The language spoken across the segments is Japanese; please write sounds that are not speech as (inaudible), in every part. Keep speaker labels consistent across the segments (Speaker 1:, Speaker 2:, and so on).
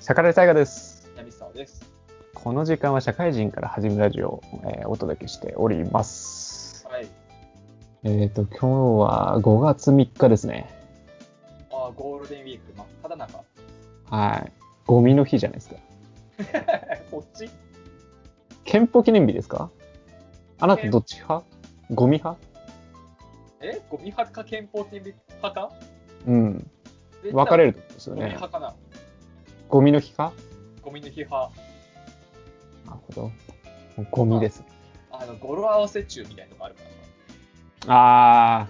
Speaker 1: 社会大河です。
Speaker 2: 闇沢です。
Speaker 1: この時間は社会人から始めラジオを、えーお届けしております。
Speaker 2: はい。
Speaker 1: えっ、と、今日は5月3日ですね。
Speaker 2: ああ、ゴールデンウィーク真っ只中。
Speaker 1: はい。ゴミの日じゃないですか。
Speaker 2: こっち
Speaker 1: 憲法記念日ですかあなたどっち派ゴミ派
Speaker 2: えゴミ派か憲法記念日派か
Speaker 1: うん。分かれ
Speaker 2: る
Speaker 1: るってことですよ
Speaker 2: ゴミ
Speaker 1: ね。
Speaker 2: 派かな。
Speaker 1: ゴミの日か
Speaker 2: ゴミの日派。
Speaker 1: なるほど。ゴミです。
Speaker 2: あの、語呂合わせ中みたいなのがあるからな。
Speaker 1: あ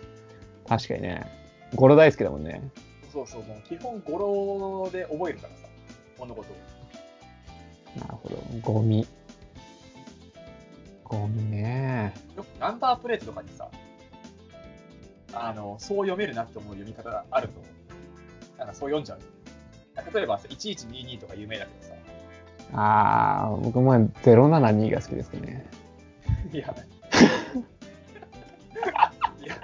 Speaker 1: ー、確かにね。ゴロ大好きだもんね。
Speaker 2: そうそう、もう基本語呂で覚えるからさ。物事を。
Speaker 1: なるほど。ゴミ。ゴミね。
Speaker 2: よくナンバープレートとかにさ、あの、そう読めるなって思う読み方があると思う。なんかそう読んじゃう。例えばさ、1122とか有名だけどさ、
Speaker 1: あー、僕も072が好きですね。
Speaker 2: いや。いや、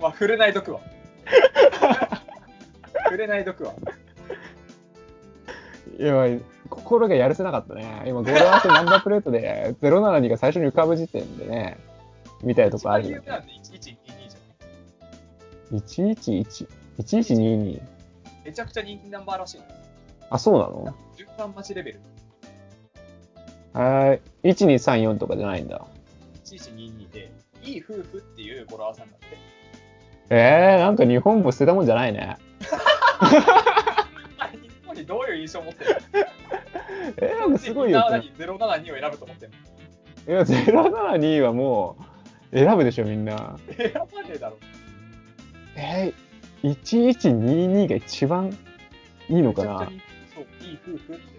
Speaker 2: まあ、触れない毒は。触れない毒は。
Speaker 1: やばい、心がやるせなかったね。今、語呂合わせナンバープレートで、072が最 (laughs) 初に浮かぶ時点でね、みたいなとこある
Speaker 2: 一
Speaker 1: よ
Speaker 2: 番有名な
Speaker 1: ね。
Speaker 2: んで1122じ
Speaker 1: 111、
Speaker 2: ゃ
Speaker 1: 1122。
Speaker 2: ん。めちゃくちゃ人気ナンバーらしいの。
Speaker 1: あ、そうなの
Speaker 2: 順番待ちレベル。
Speaker 1: はーい。1234とかじゃないんだ。
Speaker 2: 1122で、いい夫婦っていう語呂合わせなんだって。
Speaker 1: えー、なんか日本も捨てたもんじゃないね。
Speaker 2: あ日本にどういう印象を持ってる
Speaker 1: えー、なんかすごい
Speaker 2: みん
Speaker 1: よ
Speaker 2: な
Speaker 1: ね。
Speaker 2: 何072を選ぶと思ってるの
Speaker 1: いや、072はもう、選ぶでしょ、みんな。
Speaker 2: 選ばねえだろ。
Speaker 1: えー、1122が一番いいの
Speaker 2: め
Speaker 1: か
Speaker 2: ちゃくち
Speaker 1: な
Speaker 2: ゃ人気そう、いい夫婦って。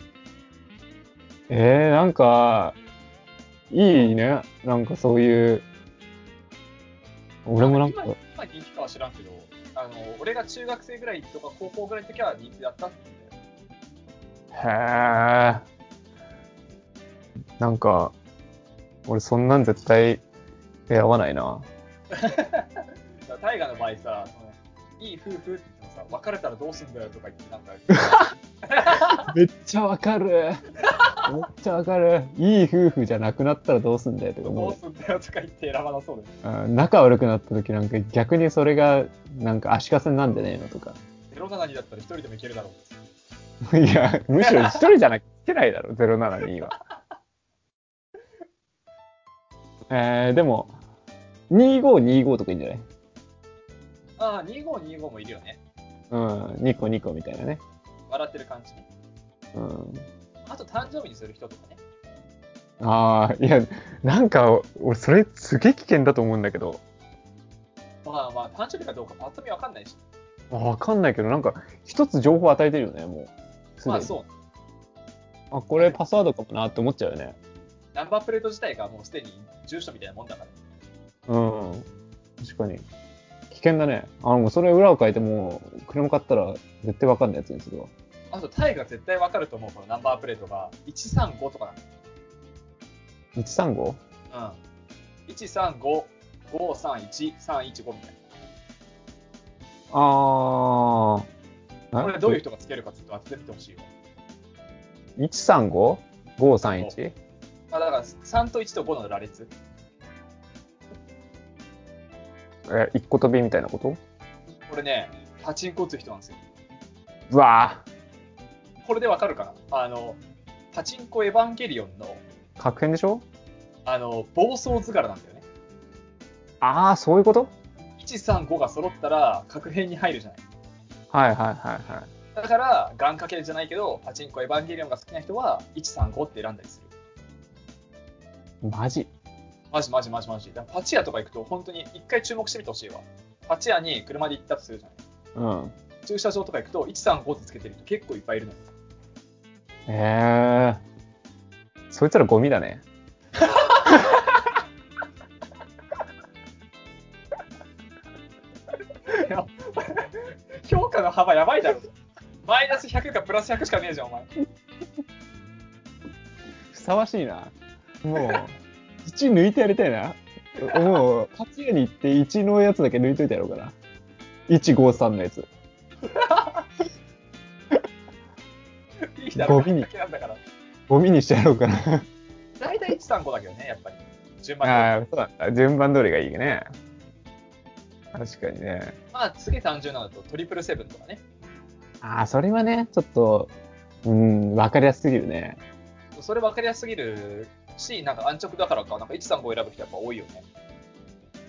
Speaker 1: えー、なんか、いいね。なんかそういう。俺もなんか、
Speaker 2: 今今人気かは知らんけど、あの、俺が中学生ぐらいとか高校ぐらいの時は人気だったっていうんだよ。
Speaker 1: へえ。なんか、俺そんなん絶対出会わないな。
Speaker 2: だから大河の場合さ、そのいい夫婦って言ってもさ、別れたらどうすんだよとか言って、なんか、
Speaker 1: めっちゃわかる。 (laughs) めっちゃわかる。いい夫婦じゃなくなったらどうすんだよとか
Speaker 2: どう
Speaker 1: 思
Speaker 2: すんだよとか言って選ばなそうです。
Speaker 1: う。うん仲悪くなった時なんか逆にそれがなんか足かせなんじゃねえのとか。
Speaker 2: 07にだったら一人でもいけるだろう。
Speaker 1: いや、むしろ一人じゃなきゃいけないだろ、072は。えー、でも、2525とかいいんじゃない
Speaker 2: ああ、2525もいるよね。
Speaker 1: うん、2個2個みたいなね。
Speaker 2: 笑ってる感じね。
Speaker 1: うん。
Speaker 2: あと誕生日にする人とかね。
Speaker 1: ああ、いや、なんか、俺、それすげえ危険だと思うんだけど。
Speaker 2: まあまあ、誕生日かどうかパッと見わかんないし。
Speaker 1: あわかんないけど、なんか、一つ情報与えてるよね、もう。すでに
Speaker 2: まあそう。
Speaker 1: あこれパスワードかもなって思っちゃうよね。
Speaker 2: ナンバープレート自体がもうすでに住所みたいなもんだから。
Speaker 1: うん。確かに。危険だね。あの、もうそれ裏を変えてもう、車買ったら絶対わかんないやつにするわ。
Speaker 2: あと、タイガ絶対わかると思う、このナンバープレートが。135とか
Speaker 1: 135?
Speaker 2: なの。うん。135、531、315みたいな。
Speaker 1: ああ。
Speaker 2: これどういう人がつけるかちょっと当ててみてほしいよ。
Speaker 1: ?135?531?
Speaker 2: あだから3と1と5の羅列。
Speaker 1: え、一個飛びみたいなこと
Speaker 2: これね、パチンコ打つ人なんですよ。
Speaker 1: うわ
Speaker 2: これでわかるかなあの、パチンコエヴァンゲリオンの、
Speaker 1: ぁ。確変でしょ
Speaker 2: あの、暴走図柄なんだよね。
Speaker 1: ああ、そういうこと
Speaker 2: 1、3、5が揃ったら、格変に入るじゃない。
Speaker 1: はいはいはいはい。
Speaker 2: だから、願掛けじゃないけど、パチンコエヴァンゲリオンが好きな人は、1、3、5って選んだりする。
Speaker 1: マジ。
Speaker 2: マジマジマジマジ。だからパチ屋とか行くと、本当に一回注目してみてほしいわ。パチ屋に車で行ったとするじゃない。
Speaker 1: うん。
Speaker 2: 駐車場とか行くと、1、3、5ってつけてる人結構いっぱいいるのよ。
Speaker 1: ええそいつらゴミだね。
Speaker 2: いや評価の幅やばいだろ。マイナス100かプラス100しかねえじゃん、お前。
Speaker 1: ふさわしいな。 (laughs) もう、1抜いてやりたいな。もう、勝家に行って1のやつだけ抜いといてやろうかな。153のやつ。
Speaker 2: いい左
Speaker 1: ゴミ
Speaker 2: 側
Speaker 1: に
Speaker 2: だけなんだから。
Speaker 1: ゴミにしてやろうかな。
Speaker 2: 大体1、3、5だけどね、やっぱり。順番
Speaker 1: ああ
Speaker 2: に。
Speaker 1: ー、そうなんだ。順番通りがいいね。確かにね。
Speaker 2: まあ、すげえ単純なのだと、トリプルセブンとかね。
Speaker 1: ああ、それはね、ちょっと、うん、わかりやすすぎるね。
Speaker 2: それ分かりやすすぎるし、なんか安直だからか、なんか1、3、5選ぶ人やっぱ多いよね。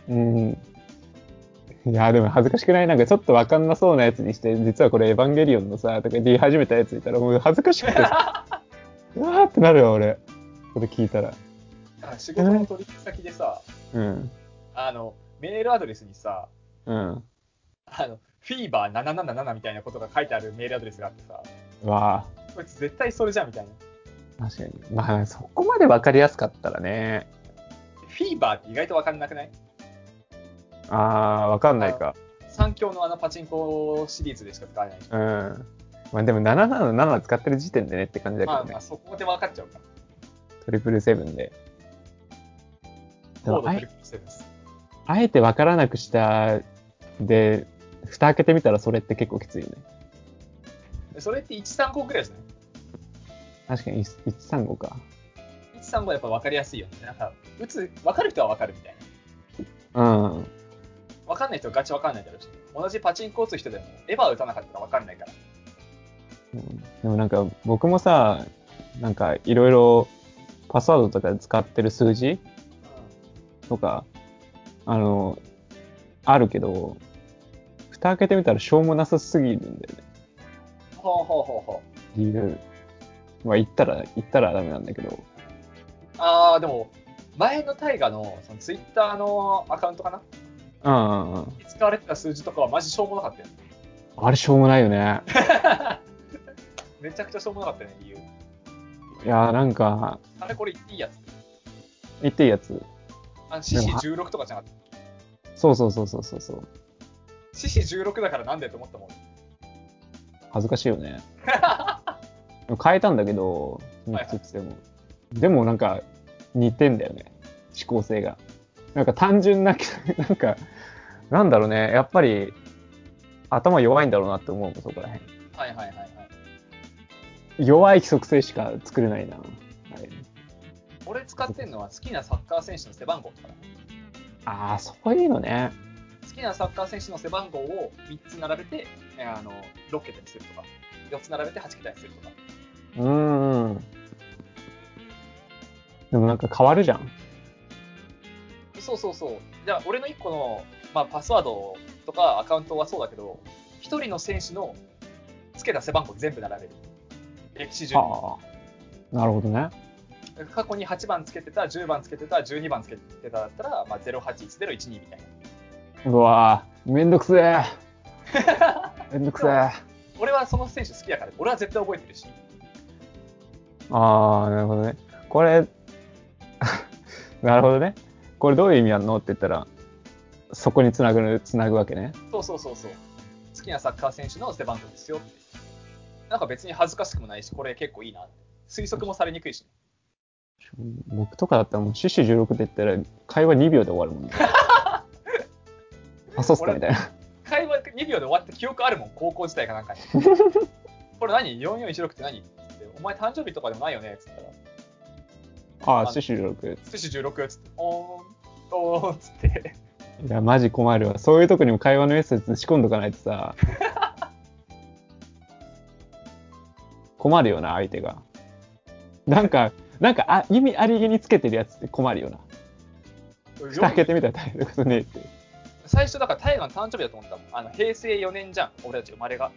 Speaker 1: うん。いや、でも恥ずかしくないなんかちょっとわかんなそうなやつにして、実はこれエヴァンゲリオンのさ、とか言い始めたやついたら、もう恥ずかしくて、う (laughs) わーってなるよ、俺。これ聞いたら。
Speaker 2: なんか仕事の取引先でさ、
Speaker 1: うん。
Speaker 2: あの、メールアドレスにさ、
Speaker 1: うん。
Speaker 2: あの、フィーバー777みたいなことが書いてあるメールアドレスがあってさ、
Speaker 1: わあ、
Speaker 2: こいつ絶対それじゃんみたいな。
Speaker 1: 確かに。まあ、そこまでわかりやすかったらね。
Speaker 2: フィーバーって意外と分かんなくない
Speaker 1: ああ、わかんないか。
Speaker 2: 三強のあのパチンコシリーズでしか使わないし。
Speaker 1: うん。まあでも777使ってる時点でねって感じだけ
Speaker 2: まあ
Speaker 1: ど
Speaker 2: ま
Speaker 1: ね
Speaker 2: あ、。そこで分かっちゃうか
Speaker 1: トリプルセブンで。で
Speaker 2: ら。コー
Speaker 1: も
Speaker 2: ド
Speaker 1: あ
Speaker 2: トリ
Speaker 1: え
Speaker 2: プルセブンです。
Speaker 1: あえて分からなくしたで、蓋開けてみたらそれって結構きついよね。
Speaker 2: それって1、3、5くらいですね。
Speaker 1: 確かに1 135か。
Speaker 2: 1、3、5やっぱ分かりやすいよね。なんか、打つ、分かる人は分かるみたいな。
Speaker 1: うん。
Speaker 2: 分かんない人はガチ分かんないだろうし、同じパチンコ打つ人でも、エヴァ打たなかったら分かんないから。
Speaker 1: うんでもなんか僕もさ、なんかいろいろパスワードとかで使ってる数字とか、あの、あるけど、蓋開けてみたらしょうもなさすぎるんだよね。
Speaker 2: ほうほうほうほう。
Speaker 1: 理由。まあ言ったら、言ったらダメなんだけど。
Speaker 2: あー、でも、前の大河の、そのツイッターのアカウントかな
Speaker 1: うんうんうん。
Speaker 2: 使われてた数字とかはマジしょうもなかったよね。
Speaker 1: あれしょうもないよね。
Speaker 2: (laughs) めちゃくちゃしょうもなかったよね、理由。
Speaker 1: いやーなんか、
Speaker 2: あれこれ言っていいやつ。
Speaker 1: 言っていいやつ。
Speaker 2: あの、獅子16とかじゃなかった。
Speaker 1: そうそうそうそうそうそう。
Speaker 2: 獅子16だからなんだよと思ったもん。
Speaker 1: 恥ずかしいよね。変えたんだけど、3つつでも。でもなんか、似てんだよね。思考性が。なんか単純な、 (laughs) なんか、なんだろうね。やっぱり、頭弱いんだろうなって思うもんそこら辺。
Speaker 2: はいはいはいはい。
Speaker 1: 弱い規則性しか作れないな。あれ
Speaker 2: 俺使ってんのは好きなサッカー選手の背番号とかな
Speaker 1: ああ、そういうのね。
Speaker 2: 好きなサッカー選手の背番号を3つ並べて、えーあの6桁にするとか、4つ並べて8桁にするとか。
Speaker 1: うーん。でもなんか変わるじゃん。
Speaker 2: そうそうそう。じゃあ、俺の1個の、まあ、パスワードとかアカウントはそうだけど、1人の選手のつけた背番号全部並べる。歴史順に。
Speaker 1: はあ。なるほどね。
Speaker 2: 過去に8番つけてた、10番つけてた、12番つけてただったら、まあ、081012みたいな。
Speaker 1: うわぁ、めんどくせえ。めんどくせえ。あ
Speaker 2: 俺はその選手好きだから、俺は絶対覚えてるし。
Speaker 1: あー、なるほどね。これ、 (laughs) なるほどね。これどういう意味あんのって言ったら、そこにつなぐ、つなぐわけね。
Speaker 2: そうそうそうそう。好きなサッカー選手の背番号ですよって。なんか別に恥ずかしくもないし、これ結構いいなって。推測もされにくいし、
Speaker 1: 僕とかだったらもう、シュッシュ16って言ったら、会話2秒で終わるもんね。あ、そうっすかみたいな。
Speaker 2: 会話2秒で終わった記憶あるもん、高校時代かなん
Speaker 1: (laughs)
Speaker 2: かに。これ何 ?4416 って何って言ってお前誕生日とかでもないよねっつったら、
Speaker 1: ああ、シュッシュ16。
Speaker 2: 寿司16っつって、おーん、おーんっつって。
Speaker 1: いや、マジ困るわ。そういうとこにも会話のエッセンス仕込んどかないとさ。困るよな、相手が。なんか、なんか、あ、意味ありげにつけてるやつって困るよな。蓋開けてみたら大変なことねえって。
Speaker 2: 最初だから大河の誕生日だと思ったもん。あの平成4年じゃん、俺たち生まれが。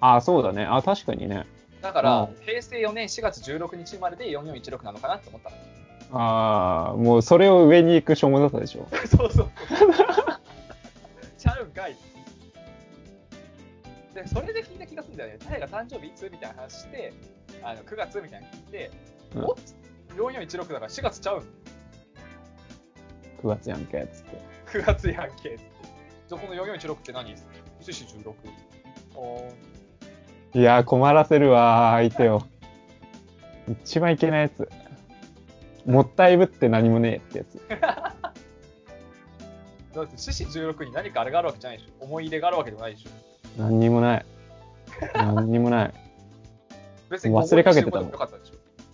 Speaker 1: ああ、そうだね。あ確かにね。
Speaker 2: だから、
Speaker 1: うん
Speaker 2: 平成4年4月16日生まれで4416なのかなって思ったの。
Speaker 1: ああ、もうそれを上に行くしょうもなさでしょ。
Speaker 2: (laughs) そうそう。ちゃうんかい。で、それで聞いた気がするんだよね。タイが誕生日いつみたいな話して、あの9月みたいなの聞いて、
Speaker 1: うん
Speaker 2: おっ ?4416 だから4月ちゃうん
Speaker 1: 9月やんけ、つって。
Speaker 2: ?9 月やんけって。じゃあこの4416って何四四16。おー
Speaker 1: いやー、困らせるわー、相手を。一番いけないやつ。もったいぶって何もねえってやつ。
Speaker 2: だって四四16に何かあれがあるわけじゃないでしょ。思い入れがあるわけでもないでしょ。
Speaker 1: 何にもない。何にもない。
Speaker 2: 別に
Speaker 1: 忘れかけてたの
Speaker 2: よかったでし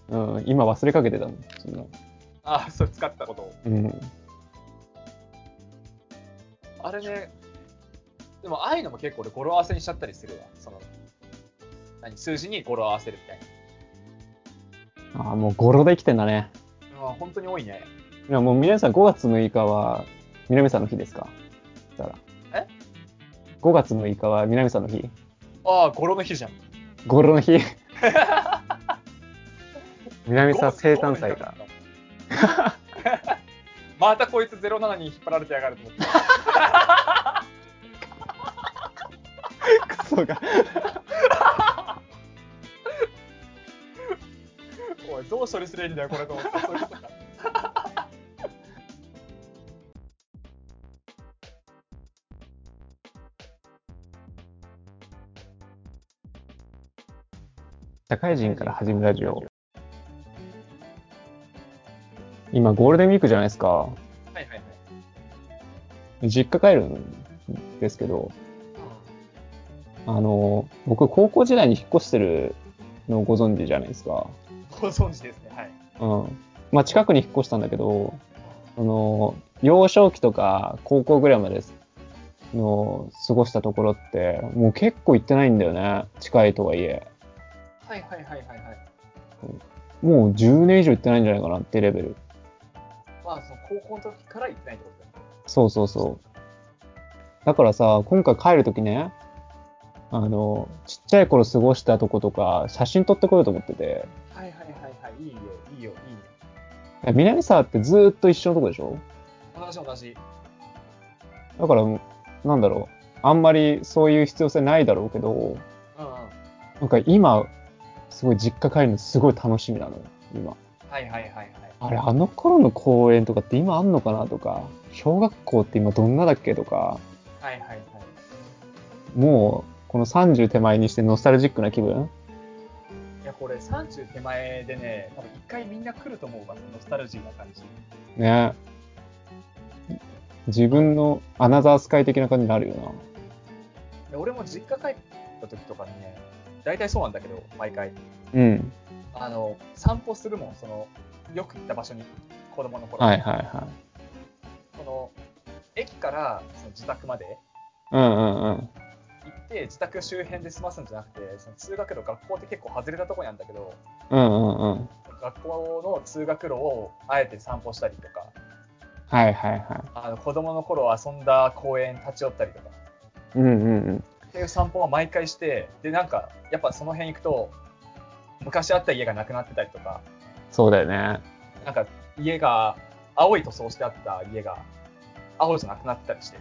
Speaker 2: ょ。
Speaker 1: うん、今忘れかけてたもん。そんな。
Speaker 2: ああ、それ使ってたことを。
Speaker 1: うん。
Speaker 2: あれね、でもああいうのも結構俺語呂合わせにしちゃったりするわ。その、何、数字に語呂合わせるみたい
Speaker 1: ああ、もう語呂できてんだね。
Speaker 2: な。まあ本当に多いね。
Speaker 1: いや、もう皆さん5月6日は、南さんの日ですかだから。
Speaker 2: え
Speaker 1: ?5 月6日は南さんの日
Speaker 2: ああ、語呂の日じゃん。
Speaker 1: 語呂の日南さん生誕祭か。。
Speaker 2: (laughs) またこいつ07に引っ張られてやがると思って。
Speaker 1: クソが。
Speaker 2: おい、どう処理すればいいんだよ、これと思って。そういうことか
Speaker 1: 社会人から始めるラジオ。今、ゴールデンウィークじゃないですか。
Speaker 2: はいはいはい。
Speaker 1: 実家帰るんですけど、あの、僕、高校時代に引っ越してるのをご存知じゃないですか。
Speaker 2: ご存知ですね。はい。
Speaker 1: うん。まあ、近くに引っ越したんだけど、あの、幼少期とか高校ぐらいまでの過ごしたところって、もう結構行ってないんだよね。近いとはいえ。
Speaker 2: はいはいはいはいはい。
Speaker 1: もう10年以上行ってないんじゃないかなってレベル。
Speaker 2: まあ、その高校の時から行ってないってことだよね。
Speaker 1: そうそうそう。だからさ、今回帰るときね、あの、ちっちゃい頃過ごしたとことか、写真撮ってこようと思ってて、
Speaker 2: はいはいはいはい。いいよ、いいよ、いいよ。
Speaker 1: 南沢ってずーっと一緒のとこでしょ
Speaker 2: 同じ同じ。
Speaker 1: だから、なんだろう、あんまりそういう必要性ないだろうけど、
Speaker 2: うんうん。は
Speaker 1: なんか今、すごい実家帰るのすごい楽しみなのよ、今。
Speaker 2: いはいはいはい。
Speaker 1: あれ、あの頃の公園とかって今あんのかなとか、小学校って今どんなだっけとか、
Speaker 2: はいはいはい。
Speaker 1: もう、この30手前にしてノスタルジックな気分
Speaker 2: いや、これ30手前でね、多分一回みんな来ると思うわ、そのノスタルジーな感じ。
Speaker 1: ね自分のアナザースカイ的な感じになるよな。
Speaker 2: で俺も実家帰った時とかにね、大体そうなんだけど、毎回。
Speaker 1: うん。
Speaker 2: あの、散歩するもん、その、よく行った場所に、子供の頃。
Speaker 1: はいはいは
Speaker 2: その、駅からその自宅まで
Speaker 1: い。うんうんうん。
Speaker 2: 行って、自宅周辺で済ますんじゃなくて、その通学路、学校って結構外れたとこにあるんだけど、
Speaker 1: うんうんうん。
Speaker 2: 学校の通学路をあえて散歩したりとか、
Speaker 1: はいはいは
Speaker 2: あの子供の頃遊んだ公園立ち寄ったりとか、
Speaker 1: い。うんうんうん。
Speaker 2: っていう散歩は毎回して、で、なんか、やっぱその辺行くと、昔あった家がなくなってたりとか、
Speaker 1: そうだよね。
Speaker 2: なんか家が、青い塗装してあった家が、青じゃなくなってたりして、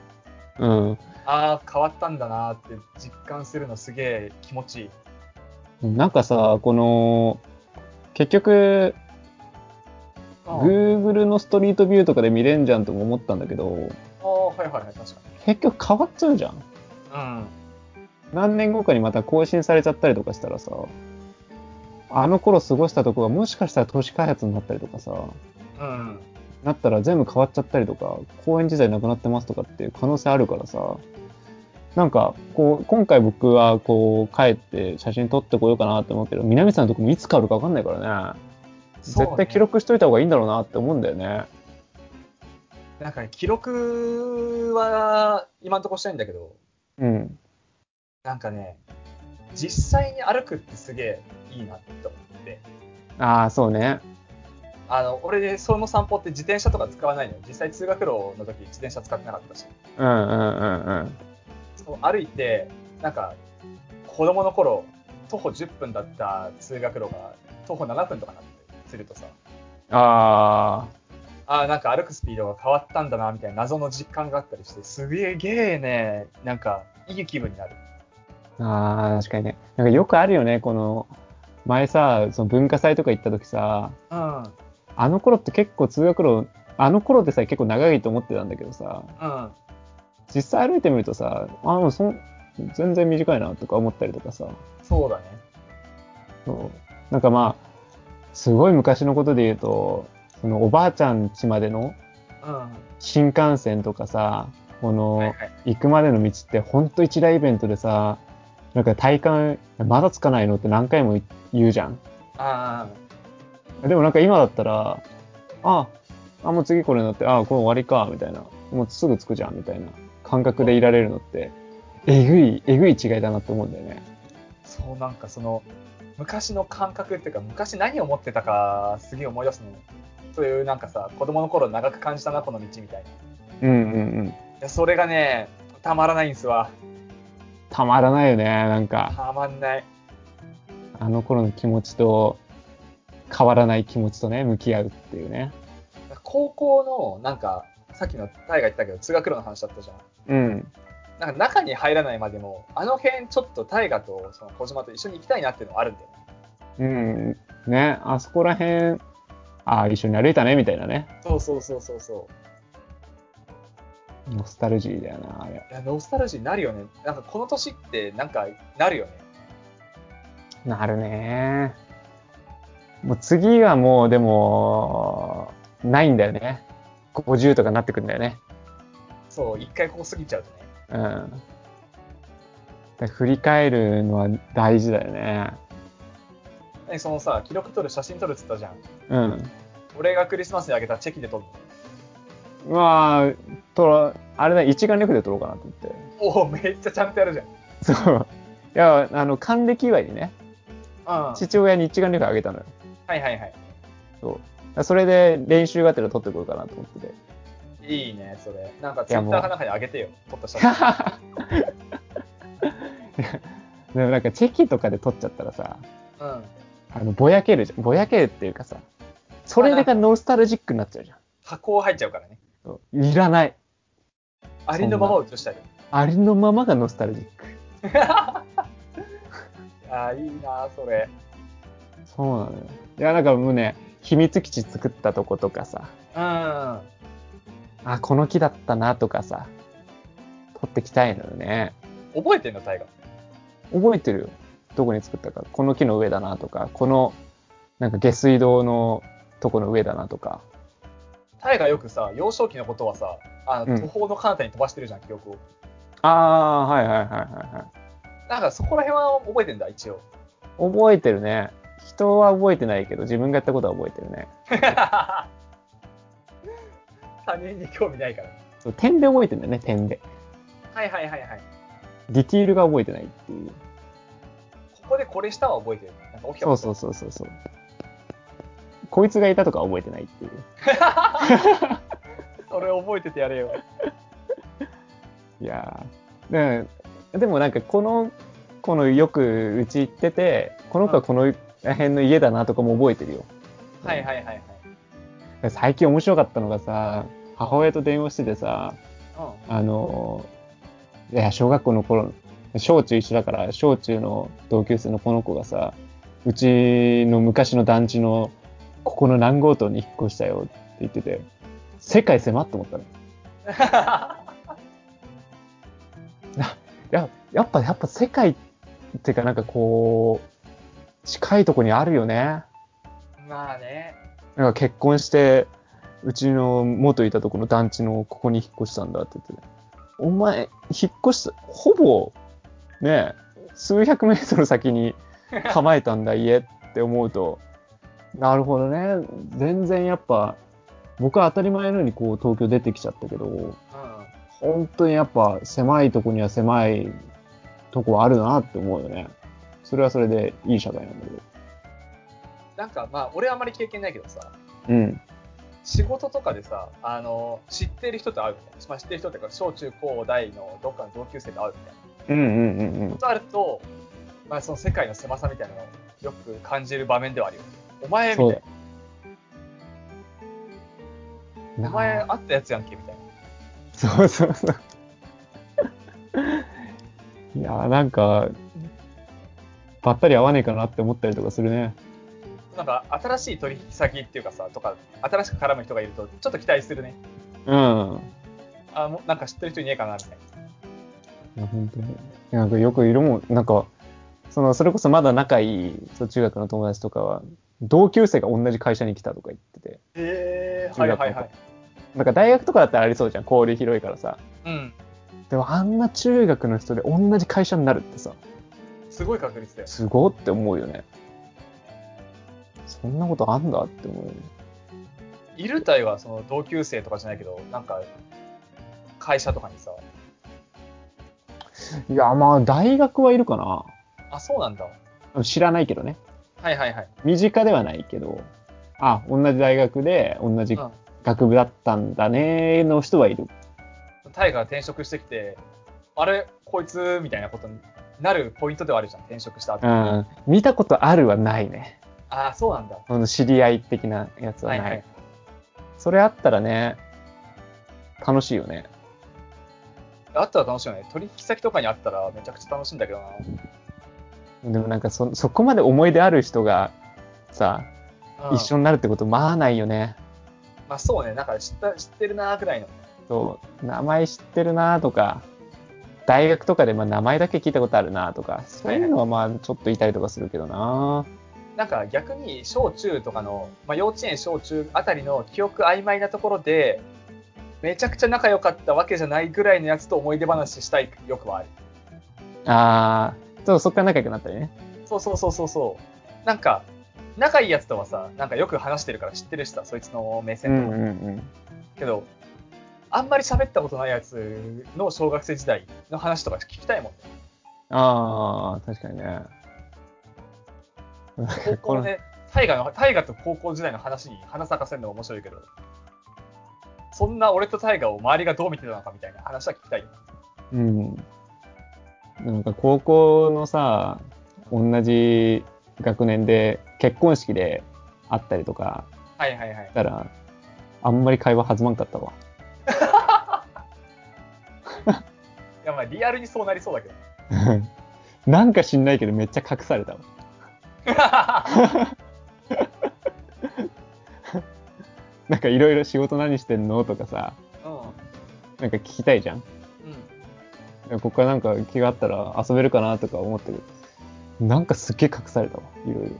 Speaker 1: うん。
Speaker 2: ああ、変わったんだなーって実感するのすげえ気持ちいい。
Speaker 1: なんかさ、この、結局、Google のストリートビューとかで見れんじゃんとも思ったんだけど、
Speaker 2: ああ、はいはいはい、確か
Speaker 1: 結局変わっちゃうじゃん。
Speaker 2: に。
Speaker 1: 何年後かにまた更新されちゃったりとかしたらさ、あの頃過ごしたとこがもしかしたら都市開発になったりとかさ、
Speaker 2: うん。うん。
Speaker 1: なったら全部変わっちゃったりとか、公園自体なくなってますとかっていう可能性あるからさ、なんか、こう、今回僕はこう、帰って写真撮ってこようかなって思うけど、南さんのとこもいつ変わるか分かんないからね。
Speaker 2: そうね
Speaker 1: 絶対記録しといた方がいいんだろうなって思うんだよね。
Speaker 2: なんかね、記録は今んとこしたいんだけど、
Speaker 1: うん。
Speaker 2: なんかね、実際に歩くってすげえいいなって思って。
Speaker 1: ああ、そうね。
Speaker 2: あの、俺ね、その散歩って自転車とか使わないのよ。実際通学路の時自転車使ってなかったし。
Speaker 1: うんうんうんうん。
Speaker 2: そう歩いて、なんか、子供の頃、徒歩10分だった通学路が徒歩7分とかなってするとさ、
Speaker 1: ああ、
Speaker 2: ああ、なんか歩くスピードが変わったんだな、みたいな謎の実感があったりして、すげえげえね、なんか、いい気分になる。
Speaker 1: ああ、確かにね。なんかよくあるよね、この、前さ、その文化祭とか行った時さ、
Speaker 2: うん。うん。
Speaker 1: あの頃って結構通学路、あの頃ってさ、結構長いと思ってたんだけどさ、
Speaker 2: あ
Speaker 1: 実際歩いてみるとさ、あもうそん全然短いなとか思ったりとかさ、
Speaker 2: そうだね。
Speaker 1: そうなんかまあ、すごい昔のことで言うと、そのおばあちゃん家までの
Speaker 2: うん。は
Speaker 1: 新幹線とかさ、こ
Speaker 2: いは
Speaker 1: の
Speaker 2: い。
Speaker 1: 行くまでの道ってほんと一大イベントでさ、なんか体感、まだつかないのって何回も言うじゃん。
Speaker 2: あ
Speaker 1: でもなんか今だったら、あ、あ、もう次これになって、あ、これ終わりか、みたいな。もうすぐつくじゃん、みたいな感覚でいられるのって、えぐい、えぐい違いだなって思うんだよね。
Speaker 2: あ、そうなんかその、昔の感覚っていうか、昔何を思ってたか、すげえ思い出すの。そういうなんかさ、子供の頃長く感じたな、この道みたいな。
Speaker 1: うん
Speaker 2: い
Speaker 1: うんうん。
Speaker 2: や、それがね、たまらないんですわ。
Speaker 1: たまらないよね、なんか、
Speaker 2: たまんない。
Speaker 1: あの頃の気持ちと、変わらない気持ちとね、向き合うっていうね。
Speaker 2: 高校の、なんか、さっきのタイが言ったけど、通学路の話だったじゃ
Speaker 1: う
Speaker 2: ん。
Speaker 1: ん。
Speaker 2: なんか中に入らないまでも、あの辺ちょっと大河とその小島と一緒に行きたいなっていうのはあるんだよね。
Speaker 1: うん。ね、あそこら辺、あ、一緒に歩いたね、みたいなね。
Speaker 2: そうそうそうそうそ
Speaker 1: ノスタルジーだよな、あれ。
Speaker 2: う。いや、ノスタルジーになるよね。なんかこの年ってなんかなるよね。
Speaker 1: なるね。もう次はもうでも、ないんだよね。50とかになってくんだよね。
Speaker 2: そう、一回ここ過ぎちゃうとね。
Speaker 1: うん。だから振り返るのは大事だよね。
Speaker 2: えそのさ、記録撮る、写真撮るっつったじゃん。
Speaker 1: うん。
Speaker 2: 俺がクリスマスにあげたチェキで撮る
Speaker 1: まあ、とら、あれだ、一眼レフで撮ろうかなと思って。 (laughs)
Speaker 2: の。おお、めっちゃちゃんとやるじゃん。
Speaker 1: そう。いや、あの、還暦祝いにね、
Speaker 2: うん。
Speaker 1: 父親に一眼レフあげたのよ。
Speaker 2: はいはいはい。
Speaker 1: そう。だからそれで練習がてら撮ってこようかなと思って (laughs) て。
Speaker 2: いいね、それ。なんか
Speaker 1: い
Speaker 2: ツイ
Speaker 1: や
Speaker 2: ッ
Speaker 1: もう
Speaker 2: ターかなんかにあげてよ、撮った写真。
Speaker 1: でもなんかチェキとかで撮っちゃったらさ、
Speaker 2: うん。
Speaker 1: あの、ぼやけるじゃん。ぼやけるっていうかさ、それがノスタルジックになっちゃうじゃん
Speaker 2: 箱入っちゃうからね。
Speaker 1: そう。いらない。
Speaker 2: ありのままを写したい。
Speaker 1: ありのままがノスタルジック。
Speaker 2: ああ、いいな、それ。
Speaker 1: そうなのよ。いや、なんかもうね、秘密基地作ったとことかさ、
Speaker 2: うん。
Speaker 1: あ、この木だったなとかさ、撮ってきたいのよね。
Speaker 2: 覚えてんの、タイガー。
Speaker 1: 覚えてるよ。どこに作ったか。この木の上だなとか、この、なんか下水道のとこの上だなとか。
Speaker 2: タイガーよくさ、幼少期のことはさ、あ
Speaker 1: う
Speaker 2: の
Speaker 1: ん
Speaker 2: 途方の彼方に飛ばしてるじゃん、記憶を。
Speaker 1: ああ、はいはいはいはいはい。
Speaker 2: なんかそこら辺は覚えてんだ、
Speaker 1: (laughs)
Speaker 2: 一応。
Speaker 1: 覚えてるね。人は覚えてないけど、自分がやったことは覚えてるね。
Speaker 2: 他人に興味ないから。
Speaker 1: そう点で覚えてんだよね、点で。
Speaker 2: はいはいはいはい。
Speaker 1: ディティールが覚えてないっていう。
Speaker 2: ここでこれしたは覚えてる。なんか起きた
Speaker 1: そ
Speaker 2: こ
Speaker 1: う
Speaker 2: と
Speaker 1: そうそうそうそう。こいつがいたとかは覚えてないっていう。
Speaker 2: それ覚えててやれよ。
Speaker 1: いやーででもなんかこの子のよくうち行ってて、この子はこの辺の家だなとかも覚えてるよ。
Speaker 2: はいはいはいはい。
Speaker 1: 最近面白かったのがさ、母親と電話しててさ、あのーいや、小学校の頃、小中一緒だから、小中の同級生のこの子がさ、うちの昔の団地の、ここの南郷島に引っ越したよって言ってて、世界狭って思ったの。いや、やっぱ、やっぱ世界っていうかなんかこう、近いとこにあるよね。
Speaker 2: うん。まあね。
Speaker 1: なんか結婚して、うちの元いたとこの団地のここに引っ越したんだって言ってね。お前、引っ越した、ほぼ、ねえ、数百メートル先に構えたんだ家って思うと、なるほどね。全然やっぱ、僕は当たり前のようにこう東京出てきちゃったけど、
Speaker 2: うん。
Speaker 1: 本当にやっぱ狭いとこには狭いとこはあるなって思うよね。それはそれでいい社会なんだけど。
Speaker 2: なんかまあ、俺はあまり経験ないけどさ、
Speaker 1: うん。
Speaker 2: 仕事とかでさ、あの、知ってる人と会うみたいな。まあ、知ってる人っていうか、小中高大のどっかの同級生と会うみたいな。
Speaker 1: うんうんうんうん。
Speaker 2: とあると、まあ、その世界の狭さみたいなのをよく感じる場面ではあるよ。お前みたい
Speaker 1: そう
Speaker 2: な。。お前会ったやつやんけみたい
Speaker 1: そうそう (laughs) そう。いやーなんか、ばったり合わねえかなって思ったりとかするね。
Speaker 2: な。なんか新しい取引先っていうかさ、とか、新しく絡む人がいると、ちょっと期待するね。
Speaker 1: うん。
Speaker 2: あもうなんか知ってる人いねえかなみたいな。
Speaker 1: いや本当に。なんかよく色も、なんか、その、それこそまだ仲いい、そう中学の友達とかは、同級生が同じ会社に来たとか言ってて。
Speaker 2: へえはいはいはい。
Speaker 1: なんか大学とかだったらありそうじゃん。交流広いからさ。
Speaker 2: うん。
Speaker 1: でもあんな中学の人で同じ会社になるってさ、
Speaker 2: すごい確率だよ。
Speaker 1: すごって思うよね。そんなことあんだって思うよね。
Speaker 2: いるたいはその同級生とかじゃないけど、なんか、会社とかにさ、
Speaker 1: いや、まあ、大学はいるか
Speaker 2: あ、そうなんだ。
Speaker 1: な。知らないけどね。
Speaker 2: はいはいはい。
Speaker 1: 身近ではないけど、あ、同じ大学で同じ
Speaker 2: うん
Speaker 1: 学部だったんだねの人はいる。
Speaker 2: タイが転職してきて、あれ、こいつみたいなことになるポイントではあるじゃん、転職した後。
Speaker 1: う
Speaker 2: あ
Speaker 1: ん。見たことあるはないね。
Speaker 2: あ、そうなんだ。
Speaker 1: あの知り合い的なやつはない。
Speaker 2: はいはい
Speaker 1: それあったらね、楽しいよね。
Speaker 2: あったら楽しいよね。取引先とかにあったらめちゃくちゃ楽しいんだけどな。
Speaker 1: でもなんかそ、そこまで思い出ある人がさ、
Speaker 2: うん
Speaker 1: 一緒になるってこと、まあないよね。
Speaker 2: まあそうね、なんか知った知ってるなーぐらいの。
Speaker 1: そう、名前知ってるなとか、大学とかでまあ名前だけ聞いたことあるなとか、そういうのはまあちょっといたりとかするけどな。
Speaker 2: なんか逆に小中とかの、まあ、幼稚園、小中あたりの記憶曖昧なところで、めちゃくちゃ仲良かったわけじゃないぐらいのやつと思い出話したい欲はある。
Speaker 1: あー、そうそっから仲良くなったりね。
Speaker 2: そうそうそうそうそう。なんか、仲いいやつとはさ、なんかよく話してるから知ってるしさ、そいつの目
Speaker 1: う
Speaker 2: 線と
Speaker 1: ん
Speaker 2: か。
Speaker 1: うんうん。
Speaker 2: けど、あんまり喋ったことないやつの小学生時代の話とか聞きたいもんね。
Speaker 1: あー、確かにね。なん
Speaker 2: 高
Speaker 1: かこ
Speaker 2: 校
Speaker 1: の
Speaker 2: ね、大河の、大河と高校時代の話に花咲かせるのが面白いけど、そんな俺と大河を周りがどう見てたのかみたいな話は聞きたいよ。
Speaker 1: うん。なんか高校のさ、同じ学年で結婚式で会ったりとか
Speaker 2: はいはいはい
Speaker 1: し。たら、あんまり会話弾まんかったわ。 (laughs)
Speaker 2: いやまあリアルにそうなりそうだけ
Speaker 1: (laughs)
Speaker 2: ど。
Speaker 1: なんか知んないけどめっちゃ隠されたわ。なんかいろいろ仕事何してんのとかさ、なんか聞きたいじゃん。
Speaker 2: うん。うん。
Speaker 1: ここからなんか気があったら遊べるかなとか思ったけど、なんかすっげえ隠されたわ、いろい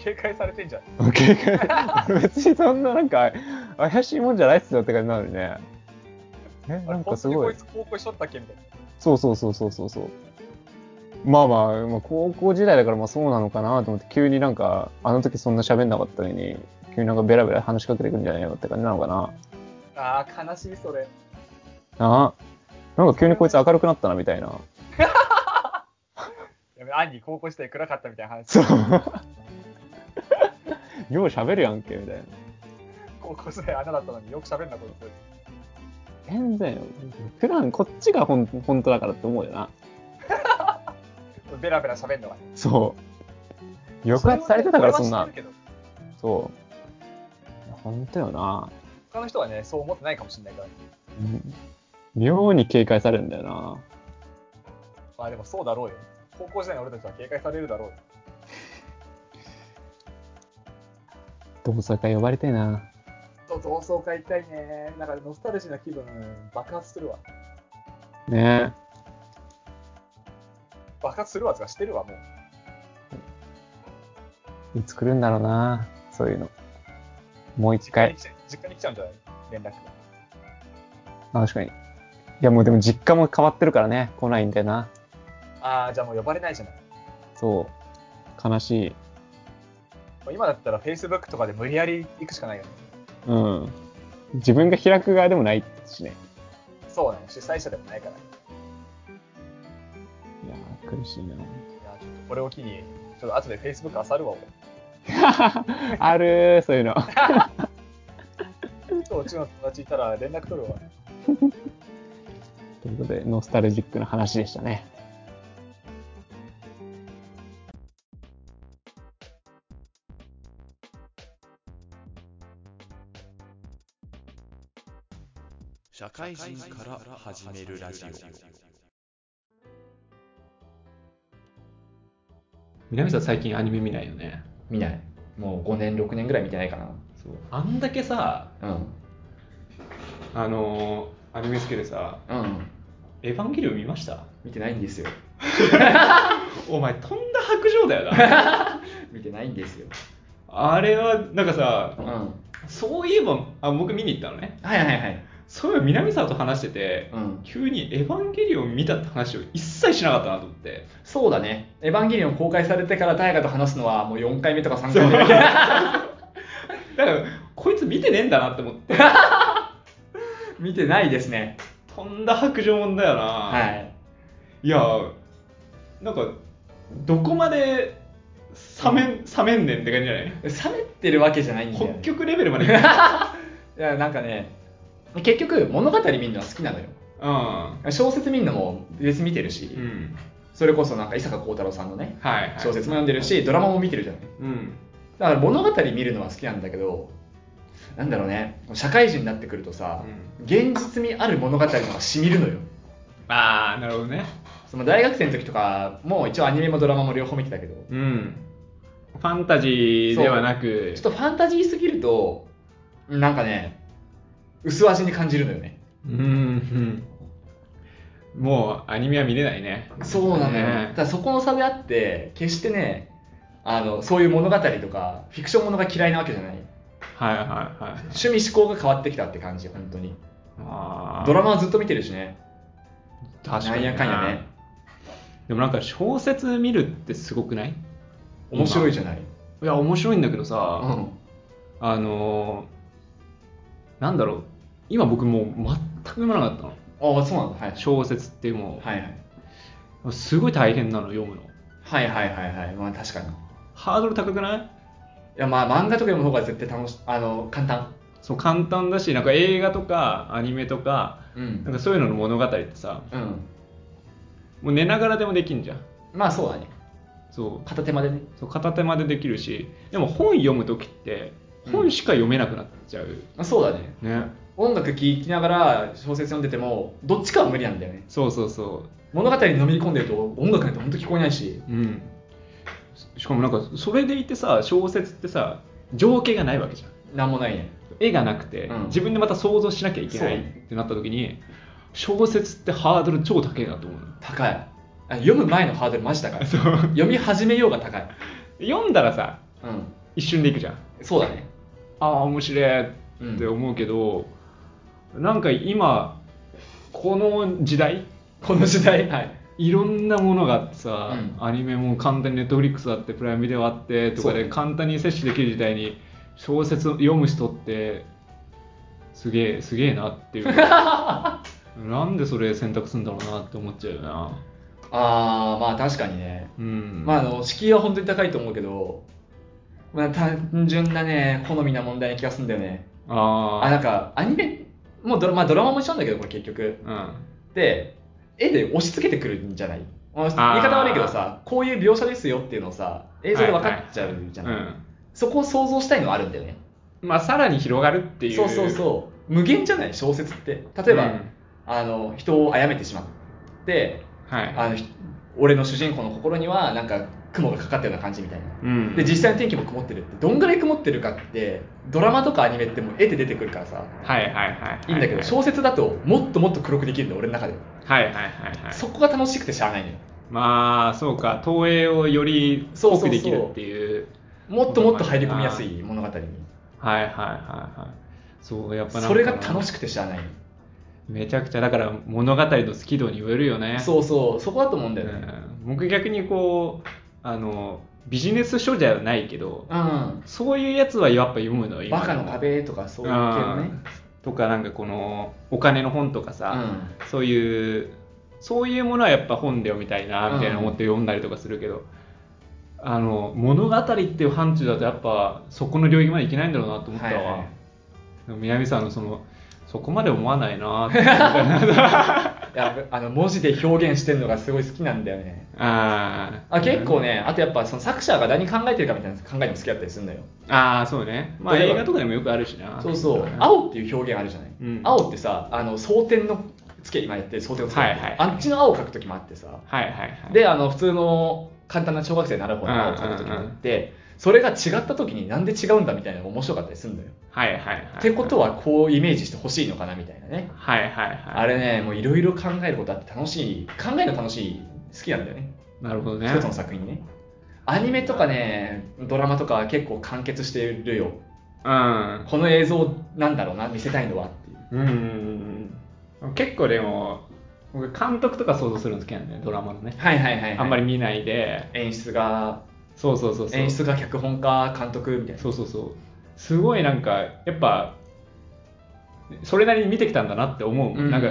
Speaker 2: 警戒されてんじゃん。
Speaker 1: ろ。警戒 (laughs) 別にそんななんか怪しいもんじゃないっすよって感じなのにね。え、な
Speaker 2: あれ
Speaker 1: ん
Speaker 2: 本
Speaker 1: か
Speaker 2: 当
Speaker 1: す
Speaker 2: にこ
Speaker 1: ご
Speaker 2: い
Speaker 1: い。
Speaker 2: つ高校しとったっけみたいな。
Speaker 1: そうそうそうそうそうそう。まあまあ、まあ、高校時代だからまあそうなのかなと思って、急になんか、あの時そんな喋んなかったのに、急になんかベラベラ話しかけてくんじゃないよって感じなのかな。
Speaker 2: ああ、悲しいそれ。
Speaker 1: なあ。なんか急にこいつ明るくなったなみたいな。
Speaker 2: やべ、兄高校時代暗かったみたいな話。
Speaker 1: そう。よう喋るやんけ、みたいな。
Speaker 2: 高校時代穴だったのによく喋んなこいつ。
Speaker 1: 全然よ。普段こっちがほん本当だからって思うよな。
Speaker 2: ベラベラ喋んのがね。
Speaker 1: そう。抑圧されてたから、そん
Speaker 2: れは
Speaker 1: な
Speaker 2: 知っ。てるけど
Speaker 1: そう。いや本当よな。
Speaker 2: 他の人はね、そう思ってないかもしれないから。
Speaker 1: うん妙に警戒されるんだよな。
Speaker 2: まあでもそうだろうよ。高校時代の俺たちは警戒されるだろうよ。
Speaker 1: 同窓会呼ばれてえな。
Speaker 2: そう同窓会行きたいね。なんかノスタルジーな気分爆発するわ。
Speaker 1: ね
Speaker 2: 爆発するわとかしてるわ、もう。
Speaker 1: え。いつ来るんだろうな。そういうの。もう一回。
Speaker 2: 実家に来ちゃ実家に来ちゃうんじゃない連絡が。
Speaker 1: あ確かに。いや、もうでも実家も変わってるからね。来ないんだよな。
Speaker 2: ああ、じゃあもう呼ばれないじゃない。
Speaker 1: そう。悲しい。
Speaker 2: もう今だったら Facebook とかで無理やり行くしかないよね。
Speaker 1: うん。自分が開く側でもないしね。
Speaker 2: そうなの、主催者でもないから。い
Speaker 1: いやー、苦しいな。 (laughs)
Speaker 2: やちょっとこれを機に、ちょっと後で Facebook 漁るわ、
Speaker 1: あるー、そういうの。
Speaker 2: 俺。ちょっとうちの友達いたら連絡取るわ。
Speaker 1: ということで、ノスタルジックな話でしたね。
Speaker 3: 社会人から始めるラジオ。
Speaker 4: 南さん最近アニメ見ないよね
Speaker 5: 見ないもう5年6年ぐらい見てないかな
Speaker 4: そうあんだけさ
Speaker 5: うん
Speaker 4: あのーアニメ好きでさ
Speaker 5: うん
Speaker 4: 「エヴァンゲリオン」見ました
Speaker 5: 見てないんですよ
Speaker 4: (laughs)
Speaker 5: (laughs)
Speaker 4: お前とんだ白状だよな
Speaker 5: (laughs) 見てないんですよ
Speaker 4: あれはなんか
Speaker 5: うん
Speaker 4: さ
Speaker 5: はい
Speaker 4: そういえばあ僕見に行ったのね
Speaker 5: はいはい
Speaker 1: そういえば南沢と話してて、
Speaker 5: うん
Speaker 1: 急に「エヴァンゲリオン」見たって話を一切しなかったなと思って
Speaker 5: そうだね。エヴァンゲリオン公開されてから大河と話すのはもう4回目とか3回目だけど
Speaker 1: だからこいつ見てねえんだなって思って
Speaker 5: 見てないですね。
Speaker 1: とんだ白状もんだよな、
Speaker 5: はい。
Speaker 1: い、やなんかどこまで冷め,、ん、冷めんねんって感じじゃない
Speaker 5: 冷めてるわけじゃないんだよ、ね。
Speaker 1: 北極レベルまでう
Speaker 5: いや、なんかね、結局物語見るのは好きなのよ。
Speaker 1: (laughs) ん
Speaker 5: 小説見るのも別に見てるし、
Speaker 1: うん
Speaker 5: それこそなんか伊坂幸太郎さんのね、
Speaker 1: はい、はい、
Speaker 5: 小説も読んでるし、ドラマも見てるじゃない。
Speaker 1: うん
Speaker 5: だから物語見るのは好きなんだけど、なんだろうね、社会人になってくるとさ、現実味ある物語の方がしみるのよ。
Speaker 1: ああなるほどね
Speaker 5: その大学生の時とか、もう一応アニメもドラマも両方見てたけど、
Speaker 1: うんファンタジーではなく
Speaker 5: ちょっとファンタジーすぎると、なんかね、薄味に感じるのよね。
Speaker 1: うんうんもうアニメは見れないね
Speaker 5: そうなのよ。
Speaker 1: ね
Speaker 5: だからそこの差であって、決してね、あのそういう物語とか、フィクションものが嫌いなわけじゃない。
Speaker 1: はいはいはい
Speaker 5: 趣味思考が変わってきたって感じ、本当に。
Speaker 1: あー
Speaker 5: ドラマはずっと見てるしね。
Speaker 1: 確かに
Speaker 5: なんやかんやね
Speaker 1: でもなんか小説見るってすごくない
Speaker 5: 面白いじ
Speaker 1: ゃ
Speaker 5: ゃない。
Speaker 1: んいや面白いんだけど
Speaker 5: う
Speaker 1: さ、
Speaker 5: ん。
Speaker 1: あのーなんだろう今僕もう全く読まなかったの
Speaker 5: ああ、そうなんだ。はい。
Speaker 1: 小説っても
Speaker 5: はいはい。
Speaker 1: うすごい大変なの読むの
Speaker 5: はいはいはいはい。まあ確かに。い
Speaker 1: ハードル高くない
Speaker 5: やまあ漫画とか読む方が絶対楽し、あの、簡単。
Speaker 1: そう簡単だしなんか映画とかアニメとか
Speaker 5: う
Speaker 1: なん
Speaker 5: ん。
Speaker 1: かそういうのの物語ってさ
Speaker 5: うん。
Speaker 1: もう寝ながらでもできんじゃん
Speaker 5: まあそうだね。
Speaker 1: そう
Speaker 5: 片手間でね。
Speaker 1: そう片手までできるしでも本読む時って本しか読めなくなっちゃう、
Speaker 5: まあそうだね。
Speaker 1: ね
Speaker 5: 音楽聴きながら小説読んでても、どっちかは無理なんだよね。
Speaker 1: そうそうそ
Speaker 5: 物語に飲み込んでると音楽なんて本当聞こえないし。
Speaker 1: ううんしかもなんかそれでいてさ小説ってさ情景がないわけじゃん
Speaker 5: なんもないね。
Speaker 1: 絵がなくて、
Speaker 5: うん
Speaker 1: 自分でまた想像しなきゃいけない
Speaker 5: そ
Speaker 1: っ
Speaker 5: う
Speaker 1: てなった時に小説ってハードル超高いなと思うの
Speaker 5: 高い。あ読む前のハードルマジ高い。
Speaker 1: そう
Speaker 5: 読み始めようが高い。
Speaker 1: (laughs) 読んだらさ
Speaker 5: うん。
Speaker 1: 一瞬でいくじゃん
Speaker 5: そうだね。
Speaker 1: ああ面白いって思うけど、なんか今この時代
Speaker 5: この時代。はい。
Speaker 1: いろんなものがあってさ、
Speaker 5: うん
Speaker 1: アニメも簡単にネットフリックスあってプライムビデオあってとか
Speaker 5: そう
Speaker 1: で簡単に摂取できる時代に小説を読む人ってすげえすげえなっ
Speaker 5: (laughs)
Speaker 1: ていうなんでそれ選択するんだろうなって思っちゃうよな
Speaker 5: ああ、まあ確かにね。
Speaker 1: うん
Speaker 5: まあ、あの敷居は本当に高いと思うけど、まあ、単純なね好みな問題な気がするんだよね
Speaker 1: あ
Speaker 5: あ
Speaker 1: ー
Speaker 5: なんかアニメもうドラ,、まあ、ドラマも一緒なんだけどこれ結局で絵で押し付けてくるんじゃないあ言い
Speaker 1: ー
Speaker 5: 方悪いけどさこういう描写ですよっていうのをさ映像で分かっちゃうじゃ
Speaker 1: うん、
Speaker 5: な
Speaker 1: う
Speaker 5: い、
Speaker 1: ん、
Speaker 5: そこを想像したいのはあるんだよね
Speaker 1: まあさらに広がるっていう
Speaker 5: そうそうそう無限じゃない小説って例えば、
Speaker 1: うん
Speaker 5: あの人を殺めてしまって
Speaker 1: はい
Speaker 5: あのひ俺の主人公の心にはなんか雲がかかったような感じみたいな、
Speaker 1: うん
Speaker 5: で実際の天気も曇ってるってどんぐらい曇ってるかってドラマとかアニメってもう絵で出てくるからさ
Speaker 1: はいはいはいはい
Speaker 5: いいんだけど小説だともっともっと黒くできるの俺の中で、
Speaker 1: はいはいはいはい
Speaker 5: そこが楽しくてしゃあないのよ
Speaker 1: まあそうか投影をより
Speaker 5: そう
Speaker 1: 濃
Speaker 5: そ
Speaker 1: く
Speaker 5: うそう
Speaker 1: できるっていう
Speaker 5: もっともっと入り込みやすい物語に
Speaker 1: はいはいはいはいそうやっぱなんか
Speaker 5: それが楽しくてしゃあない
Speaker 1: めちゃくちゃだから物語の好き度によるよね
Speaker 5: そうそうそこだと思うんだ
Speaker 1: う
Speaker 5: よね
Speaker 1: ん僕逆にこうあのビジネス書じゃないけど
Speaker 5: うん、
Speaker 1: そういうやつはやっぱ読むのよ
Speaker 5: バカの壁とかそういう系のね
Speaker 1: とかなんかこのお金の本とか
Speaker 5: う
Speaker 1: さ、
Speaker 5: ん
Speaker 1: そういうそういうものはやっぱ本で読みたいなみたいな思って読んだりとかするけど、あの物語っていう範疇だとやっぱそこの領域までいけないんだろうなと思ったわ、
Speaker 5: はいはい
Speaker 1: でも南さんのそのそこまで思わないなって
Speaker 5: (laughs) いやあの文字で表現してるのがすごい好きなんだよね
Speaker 1: あー
Speaker 5: あ結構ね、あとやっぱその作者が何考えてるかみたいな考えも好きだったりするのよ。
Speaker 1: ああそうねまあ
Speaker 5: 例えば
Speaker 1: 映画とかでもよくあるしな
Speaker 5: そうそう、
Speaker 1: ん
Speaker 5: 青っていう表現あるじゃない。
Speaker 1: うん
Speaker 5: 青ってさ、あの蒼天のつけ、今やってる蒼天のつけ、
Speaker 1: はいはい
Speaker 5: あっちの青を描くときもあってさ、
Speaker 1: はいはいはい
Speaker 5: で、あの普通の簡単な小学生になる方の青を描くときもあって、それが違ったときになんで違うんだみたいなのが面白かったりするのよ。
Speaker 1: はいはいはい
Speaker 5: ってことはこうイメージしてほしいのかなみたいなね。
Speaker 1: はいはいはい
Speaker 5: あれね、もういろいろ考えることあって楽しい、考えるの楽しい、好きなんだよね。
Speaker 1: なるほどね
Speaker 5: 一つの作品ねアニメとかねドラマとかは結構完結してるよ
Speaker 1: うん
Speaker 5: この映像なんだろうな見せたいのはっていう
Speaker 1: うんうんうんうん結構でも僕監督とか想像するの好きなんだよねドラマのね、
Speaker 5: はいはいはい、はい、
Speaker 1: あんまり見ないで
Speaker 5: 演出が
Speaker 1: そうそうそうそう
Speaker 5: 演出が脚本家監督みたいな
Speaker 1: そうそうそうすごいなんかやっぱそれなりに見てきたんだなって思う、
Speaker 5: うんうん
Speaker 1: なんか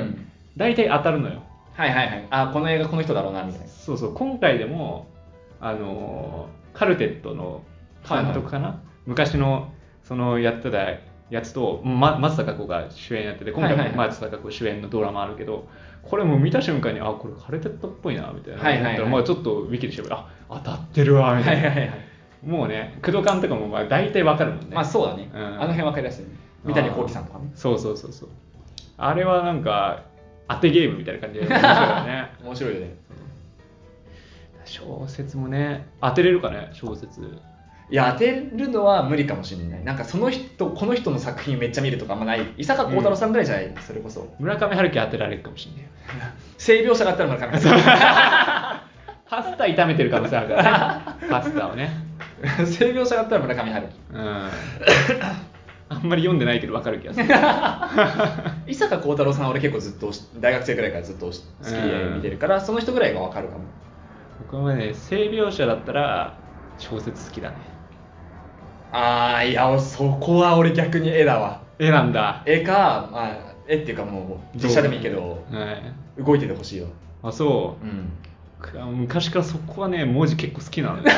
Speaker 1: 大体当たるのよ
Speaker 5: はいはいはいあこの映画この人だろうなみたいな
Speaker 1: そうそう今回でもあのーカルテットの監督かな、昔のそのやってたやつと、ま、松たか子が主演やってて今回
Speaker 5: はいはい
Speaker 1: も
Speaker 5: はい
Speaker 1: 松たか子主演のドラマあるけど、これもう見た瞬間にあこれカルテットっぽいなみたいな、
Speaker 5: はいはいはい
Speaker 1: 思ったらまあ、ちょっとウィキで調べてあ当たってるわみたいな、
Speaker 5: はいはい
Speaker 1: もうね工藤監督もまあ大体わかるもんね、
Speaker 5: まあそうだね、
Speaker 1: うん
Speaker 5: あの辺分かりやすいね三谷幸喜さんとかね
Speaker 1: そうそうそうそうあれはなんか当てゲームみたいな感
Speaker 5: (laughs)
Speaker 1: じで面白いよね
Speaker 5: 面白いよね
Speaker 1: 小説もね当てれるかね小説
Speaker 5: いや当てるのは無理かもしれないなんかその人この人の作品めっちゃ見るとかあんまない伊坂幸太郎さんぐらいじゃない、それこそ
Speaker 1: 村上春樹当てられるかもしれないよ
Speaker 5: 性描写があったら村上さ
Speaker 1: パスタ炒めてる可能性あるから
Speaker 5: (laughs)
Speaker 1: ねパスタをね (laughs)
Speaker 5: ん性描写があったら村上春樹
Speaker 1: うんあんまり読んでないけど分かる気がする
Speaker 5: 伊坂幸太郎さんは俺結構ずっと推し大学生ぐらいからずっと推し好きで見てるから、その人ぐらいが分かるかも
Speaker 1: 僕もね性描写だったら小説好きだね
Speaker 5: ああいやそこは俺逆に絵だわ
Speaker 1: 絵なんだ
Speaker 5: 絵か、まあ、絵っていうかもう実写でもいいけど
Speaker 1: はい
Speaker 5: 動いててほしいよ、
Speaker 1: あそう
Speaker 5: う、ん、
Speaker 1: く昔からそこはね文字結構好きなのね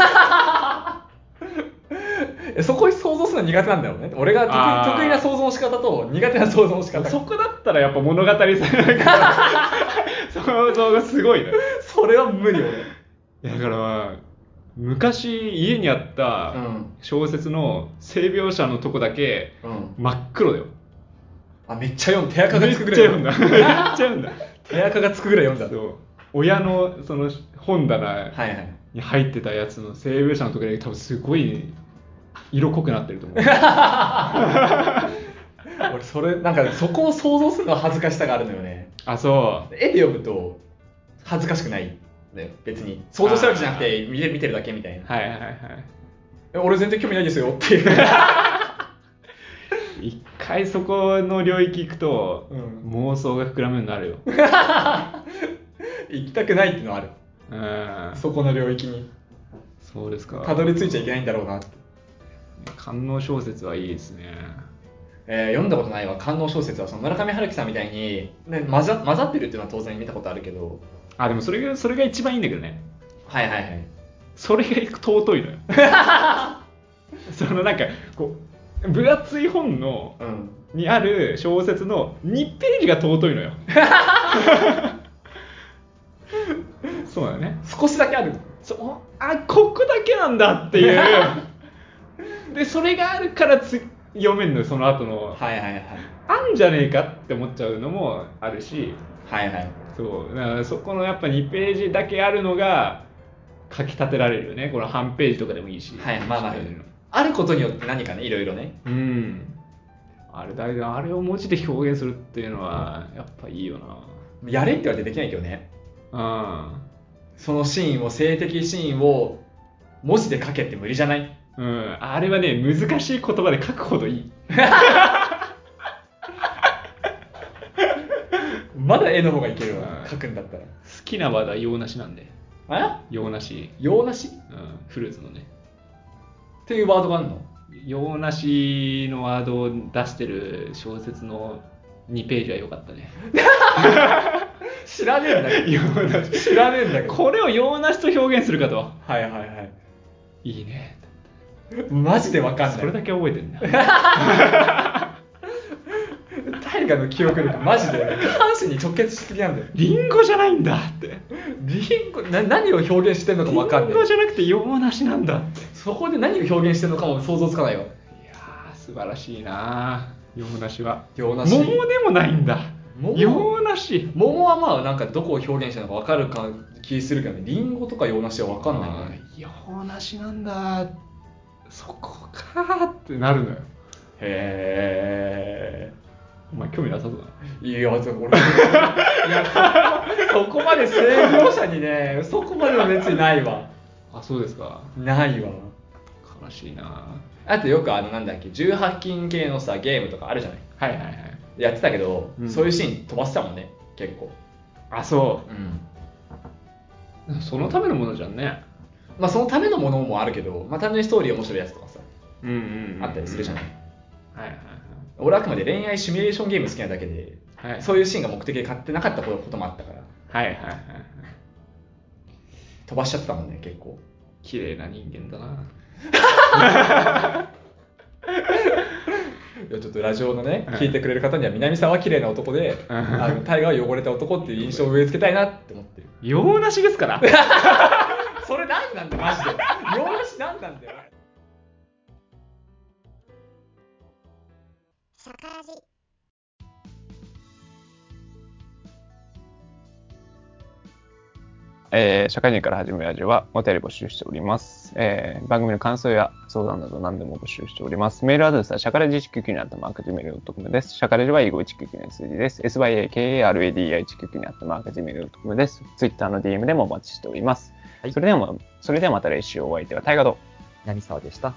Speaker 5: (laughs)
Speaker 1: (laughs)
Speaker 5: えそこに想像するの苦手なんだろうね俺が得
Speaker 1: あー
Speaker 5: 意得意な想像の仕方と苦手な想像の仕方
Speaker 1: そ
Speaker 5: そ
Speaker 1: こだったらやっぱ物語性なんか (laughs) 想像がすごいの、ね、
Speaker 5: それは無理俺
Speaker 1: だからまあ昔家にあった
Speaker 5: うん
Speaker 1: 小説の性描写のとこだけ
Speaker 5: うん
Speaker 1: 真っ黒だよ
Speaker 5: あめっちゃ読む手垢が
Speaker 1: めっ
Speaker 5: つ
Speaker 1: ちゃ
Speaker 5: くぐらい
Speaker 1: 読んだめっちゃ読んだ
Speaker 5: (laughs) 手垢がつくぐらい読ん
Speaker 1: そ
Speaker 5: だ
Speaker 1: う親のその本棚
Speaker 5: はいはい
Speaker 1: に入ってたやつの性描写のとこだけ多分すごい色濃くなってると思う
Speaker 5: 俺それなんかそこを想像するのは恥ずかしさがあるのよね
Speaker 1: あそ
Speaker 5: 絵で読むと恥ずかしくないのよ別に想像したわけじゃなくて見て見てるだけみたいうな
Speaker 1: はいはいは
Speaker 5: え俺全然興味ないですよっていう (laughs)
Speaker 1: い一回そこの領域行くと、
Speaker 5: うん
Speaker 1: 妄想が膨らむようにな
Speaker 5: (laughs)
Speaker 1: るよ
Speaker 5: 行きたくないっていうのはある
Speaker 1: うん
Speaker 5: そこの領域に
Speaker 1: そうですか
Speaker 5: たどり着いちゃいけないんだろうなって、
Speaker 1: 官能小説はいいですね
Speaker 5: えー読んだことないわ官能小説はその村上春樹さんみたいに、ね、混ざ混ざってるっていうのは当然見たことあるけど
Speaker 1: あでもそれがそれが一番いいんだけどね
Speaker 5: はいはいはい
Speaker 1: それが尊
Speaker 5: (laughs)
Speaker 1: いのよそのなんかこう分厚い本の
Speaker 5: うん
Speaker 1: にある小説の2ページが尊い
Speaker 5: (laughs)
Speaker 1: のよそうだよね
Speaker 5: 少しだけある
Speaker 1: そあここだけなんだっていう
Speaker 5: (laughs)
Speaker 1: でそれがあるからつ読めんのよその後の
Speaker 5: はいはいはい
Speaker 1: あんじゃねえかって思っちゃうのもあるし
Speaker 5: はいはい
Speaker 1: そうだからそこのやっぱ2ページだけあるのが書き立てられるよねこの半ページとかでもいいし
Speaker 5: はいまあまあ
Speaker 1: うん
Speaker 5: あることによって何かねいろいろね
Speaker 1: うんあれだけどあれを文字で表現するっていうのはやっぱいいよ
Speaker 5: やれって言われてできないけどね
Speaker 1: な
Speaker 5: そのシーンを性的シーンを文字で書けって無理じゃない
Speaker 1: うん、うん、あれはね難しい言葉で書くほどいい
Speaker 5: まだ絵の方がいける
Speaker 1: う
Speaker 5: わ
Speaker 1: ん
Speaker 5: 書くんだったら
Speaker 1: 好きな話題洋梨なんで
Speaker 5: あ
Speaker 1: 洋梨、
Speaker 5: 洋梨っ
Speaker 1: うん、フルーツのね
Speaker 5: ていうワードがあるの
Speaker 1: 洋梨のワードを出してる小説の2ページは良かったね
Speaker 5: 知らねえんだけ (laughs)
Speaker 1: 洋梨
Speaker 5: ど知らねえんだけ
Speaker 1: (laughs)
Speaker 5: ど
Speaker 1: これを洋梨と表現するかと
Speaker 5: はいはいはい
Speaker 1: いいね
Speaker 5: マジでわかんない
Speaker 1: それだけ覚えてんだ
Speaker 5: 大河の記憶力マジで下半身に直結しすぎなんだよ
Speaker 1: (laughs) リンゴじゃないんだって
Speaker 5: リンゴな何を表現してんのか
Speaker 1: リ
Speaker 5: わかん
Speaker 1: ン
Speaker 5: ない
Speaker 1: ゴじゃなくて洋梨なんだって
Speaker 5: そこで何を表現してんのかも想像つかないわ
Speaker 1: いやー素晴らしいな洋梨は
Speaker 5: 洋梨
Speaker 1: 桃でもないんだ
Speaker 5: 桃
Speaker 1: 洋梨
Speaker 5: 桃はまあなんかどこを表現してるのかわかるか気するけどねリンゴとか洋梨はわかんないね
Speaker 1: あー洋梨なんだそこかーってなるのよ
Speaker 5: へ
Speaker 1: お前興味なさそうだない
Speaker 5: や、俺、いやそこ、そこまで性描写にね、そこまでの熱意ないわ。
Speaker 1: あそうですか
Speaker 5: ないわ。
Speaker 1: 悲しいな
Speaker 5: あとよくあの、なんだっけ、18禁系のさ、ゲームとかあるじゃない
Speaker 1: はいはいはい
Speaker 5: やってたけど、
Speaker 4: うん
Speaker 5: そういうシーン飛ばしてたもんね結構、
Speaker 4: あそ
Speaker 5: うん
Speaker 4: うそのためのものじゃんね
Speaker 5: まあ、そのためのものもあるけど、まあ、単純にストーリー面白いやつとかさ
Speaker 4: うんうん、うん、
Speaker 5: あったりするじゃない、
Speaker 4: はいはい
Speaker 5: 俺あくまで恋愛シミュレーションゲーム好きなだけで、
Speaker 4: はいはい
Speaker 5: そういうシーンが目的で買ってなかったこともあったから
Speaker 4: はいはいはいはい
Speaker 5: 飛ばしちゃってたもんね結構
Speaker 4: 綺麗な人間だない
Speaker 5: やちょっとラジオのね、
Speaker 4: うん
Speaker 5: 聞いてくれる方には南さんは綺麗な男で、
Speaker 4: うん
Speaker 5: あのタイガーは汚れた男っていう印象を植え付けたいなって思ってる
Speaker 4: 用なしですから
Speaker 5: それ何なんだマジで (laughs) 洋菓子何なんだよ
Speaker 1: えー社会人から始めるラジオはお便り募集しております、えー番組の感想や相談など何でも募集しております。メールアドレスは、シャカレジ199にあったマークジメルドットコムです。シャカレジは英語199の数字です。syakaradi199 にあったマークジメルドットコムです。ツイッターの DM でもお待ちしております。
Speaker 6: はい
Speaker 1: それでは、それではまた来週お相手は大河と。
Speaker 6: 南沢でした。